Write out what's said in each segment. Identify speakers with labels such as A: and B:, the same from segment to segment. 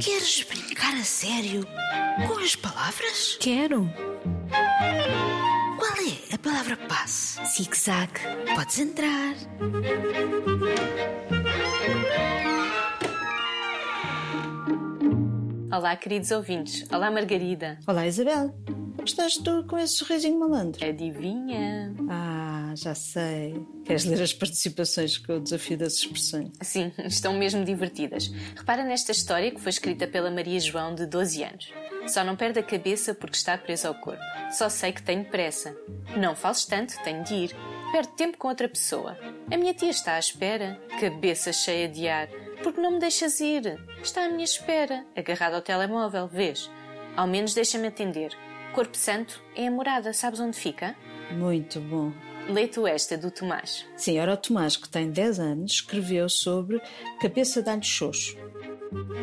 A: Queres brincar a sério com as palavras?
B: Quero.
A: Qual é a palavra passe?
B: Zig-zag.
A: Podes entrar.
C: Olá, queridos ouvintes. Olá, Margarida.
D: Olá, Isabel. Estás tu com esse sorrisinho malandro?
C: Adivinha?
D: Ah, já sei. Queres ler as participações com o desafio das expressões?
C: Sim, estão mesmo divertidas. Repara nesta história que foi escrita pela Maria João, de 12 anos. Só não perde a cabeça porque está presa ao corpo. Só sei que tenho pressa. Não fales tanto, tenho de ir. Perdo tempo com outra pessoa. A minha tia está à espera. Cabeça cheia de ar. Porque não me deixas ir? Está à minha espera. Agarrada ao telemóvel, vês? Ao menos deixa-me atender. Corpo Santo é a morada, sabes onde fica?
D: Muito bom.
C: Leito esta do Tomás.
D: Sim, ora o Tomás, que tem 10 anos, escreveu sobre cabeça de alho xoxo.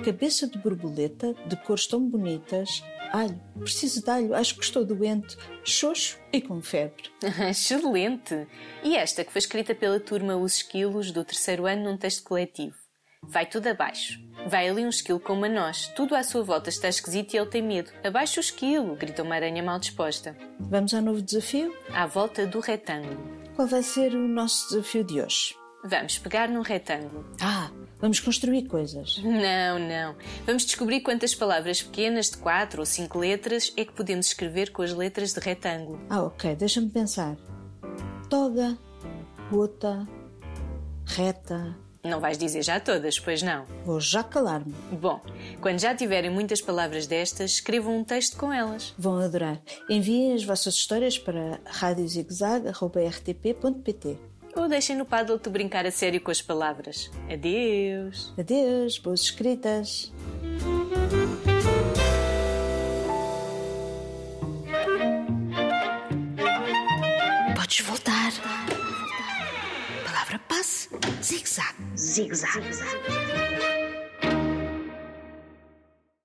D: Cabeça de borboleta, de cores tão bonitas. Alho, preciso de alho, acho que estou doente. Xoxo e com febre.
C: Excelente! E esta que foi escrita pela turma Os Esquilos do terceiro ano num texto coletivo. Vai tudo abaixo. Vai ali um esquilo como a nós. Tudo à sua volta está esquisito e ele tem medo. Abaixo o esquilo! gritou uma aranha mal disposta.
D: Vamos ao novo desafio?
C: À volta do retângulo.
D: Qual vai ser o nosso desafio de hoje?
C: Vamos pegar num retângulo.
D: Ah, vamos construir coisas.
C: Não, não. Vamos descobrir quantas palavras pequenas de quatro ou cinco letras é que podemos escrever com as letras de retângulo.
D: Ah, ok, deixa-me pensar. Toga, gota, reta.
C: Não vais dizer já todas, pois não?
D: Vou já calar-me.
C: Bom, quando já tiverem muitas palavras destas, escrevam um texto com elas.
D: Vão adorar. Enviem as vossas histórias para radiozigzag.rtp.pt.
C: Ou deixem no Paddle-te brincar a sério com as palavras. Adeus!
D: Adeus, boas escritas!
A: Podes voltar. Palavra passe, zig-zag.
E: zigzag. zigzag.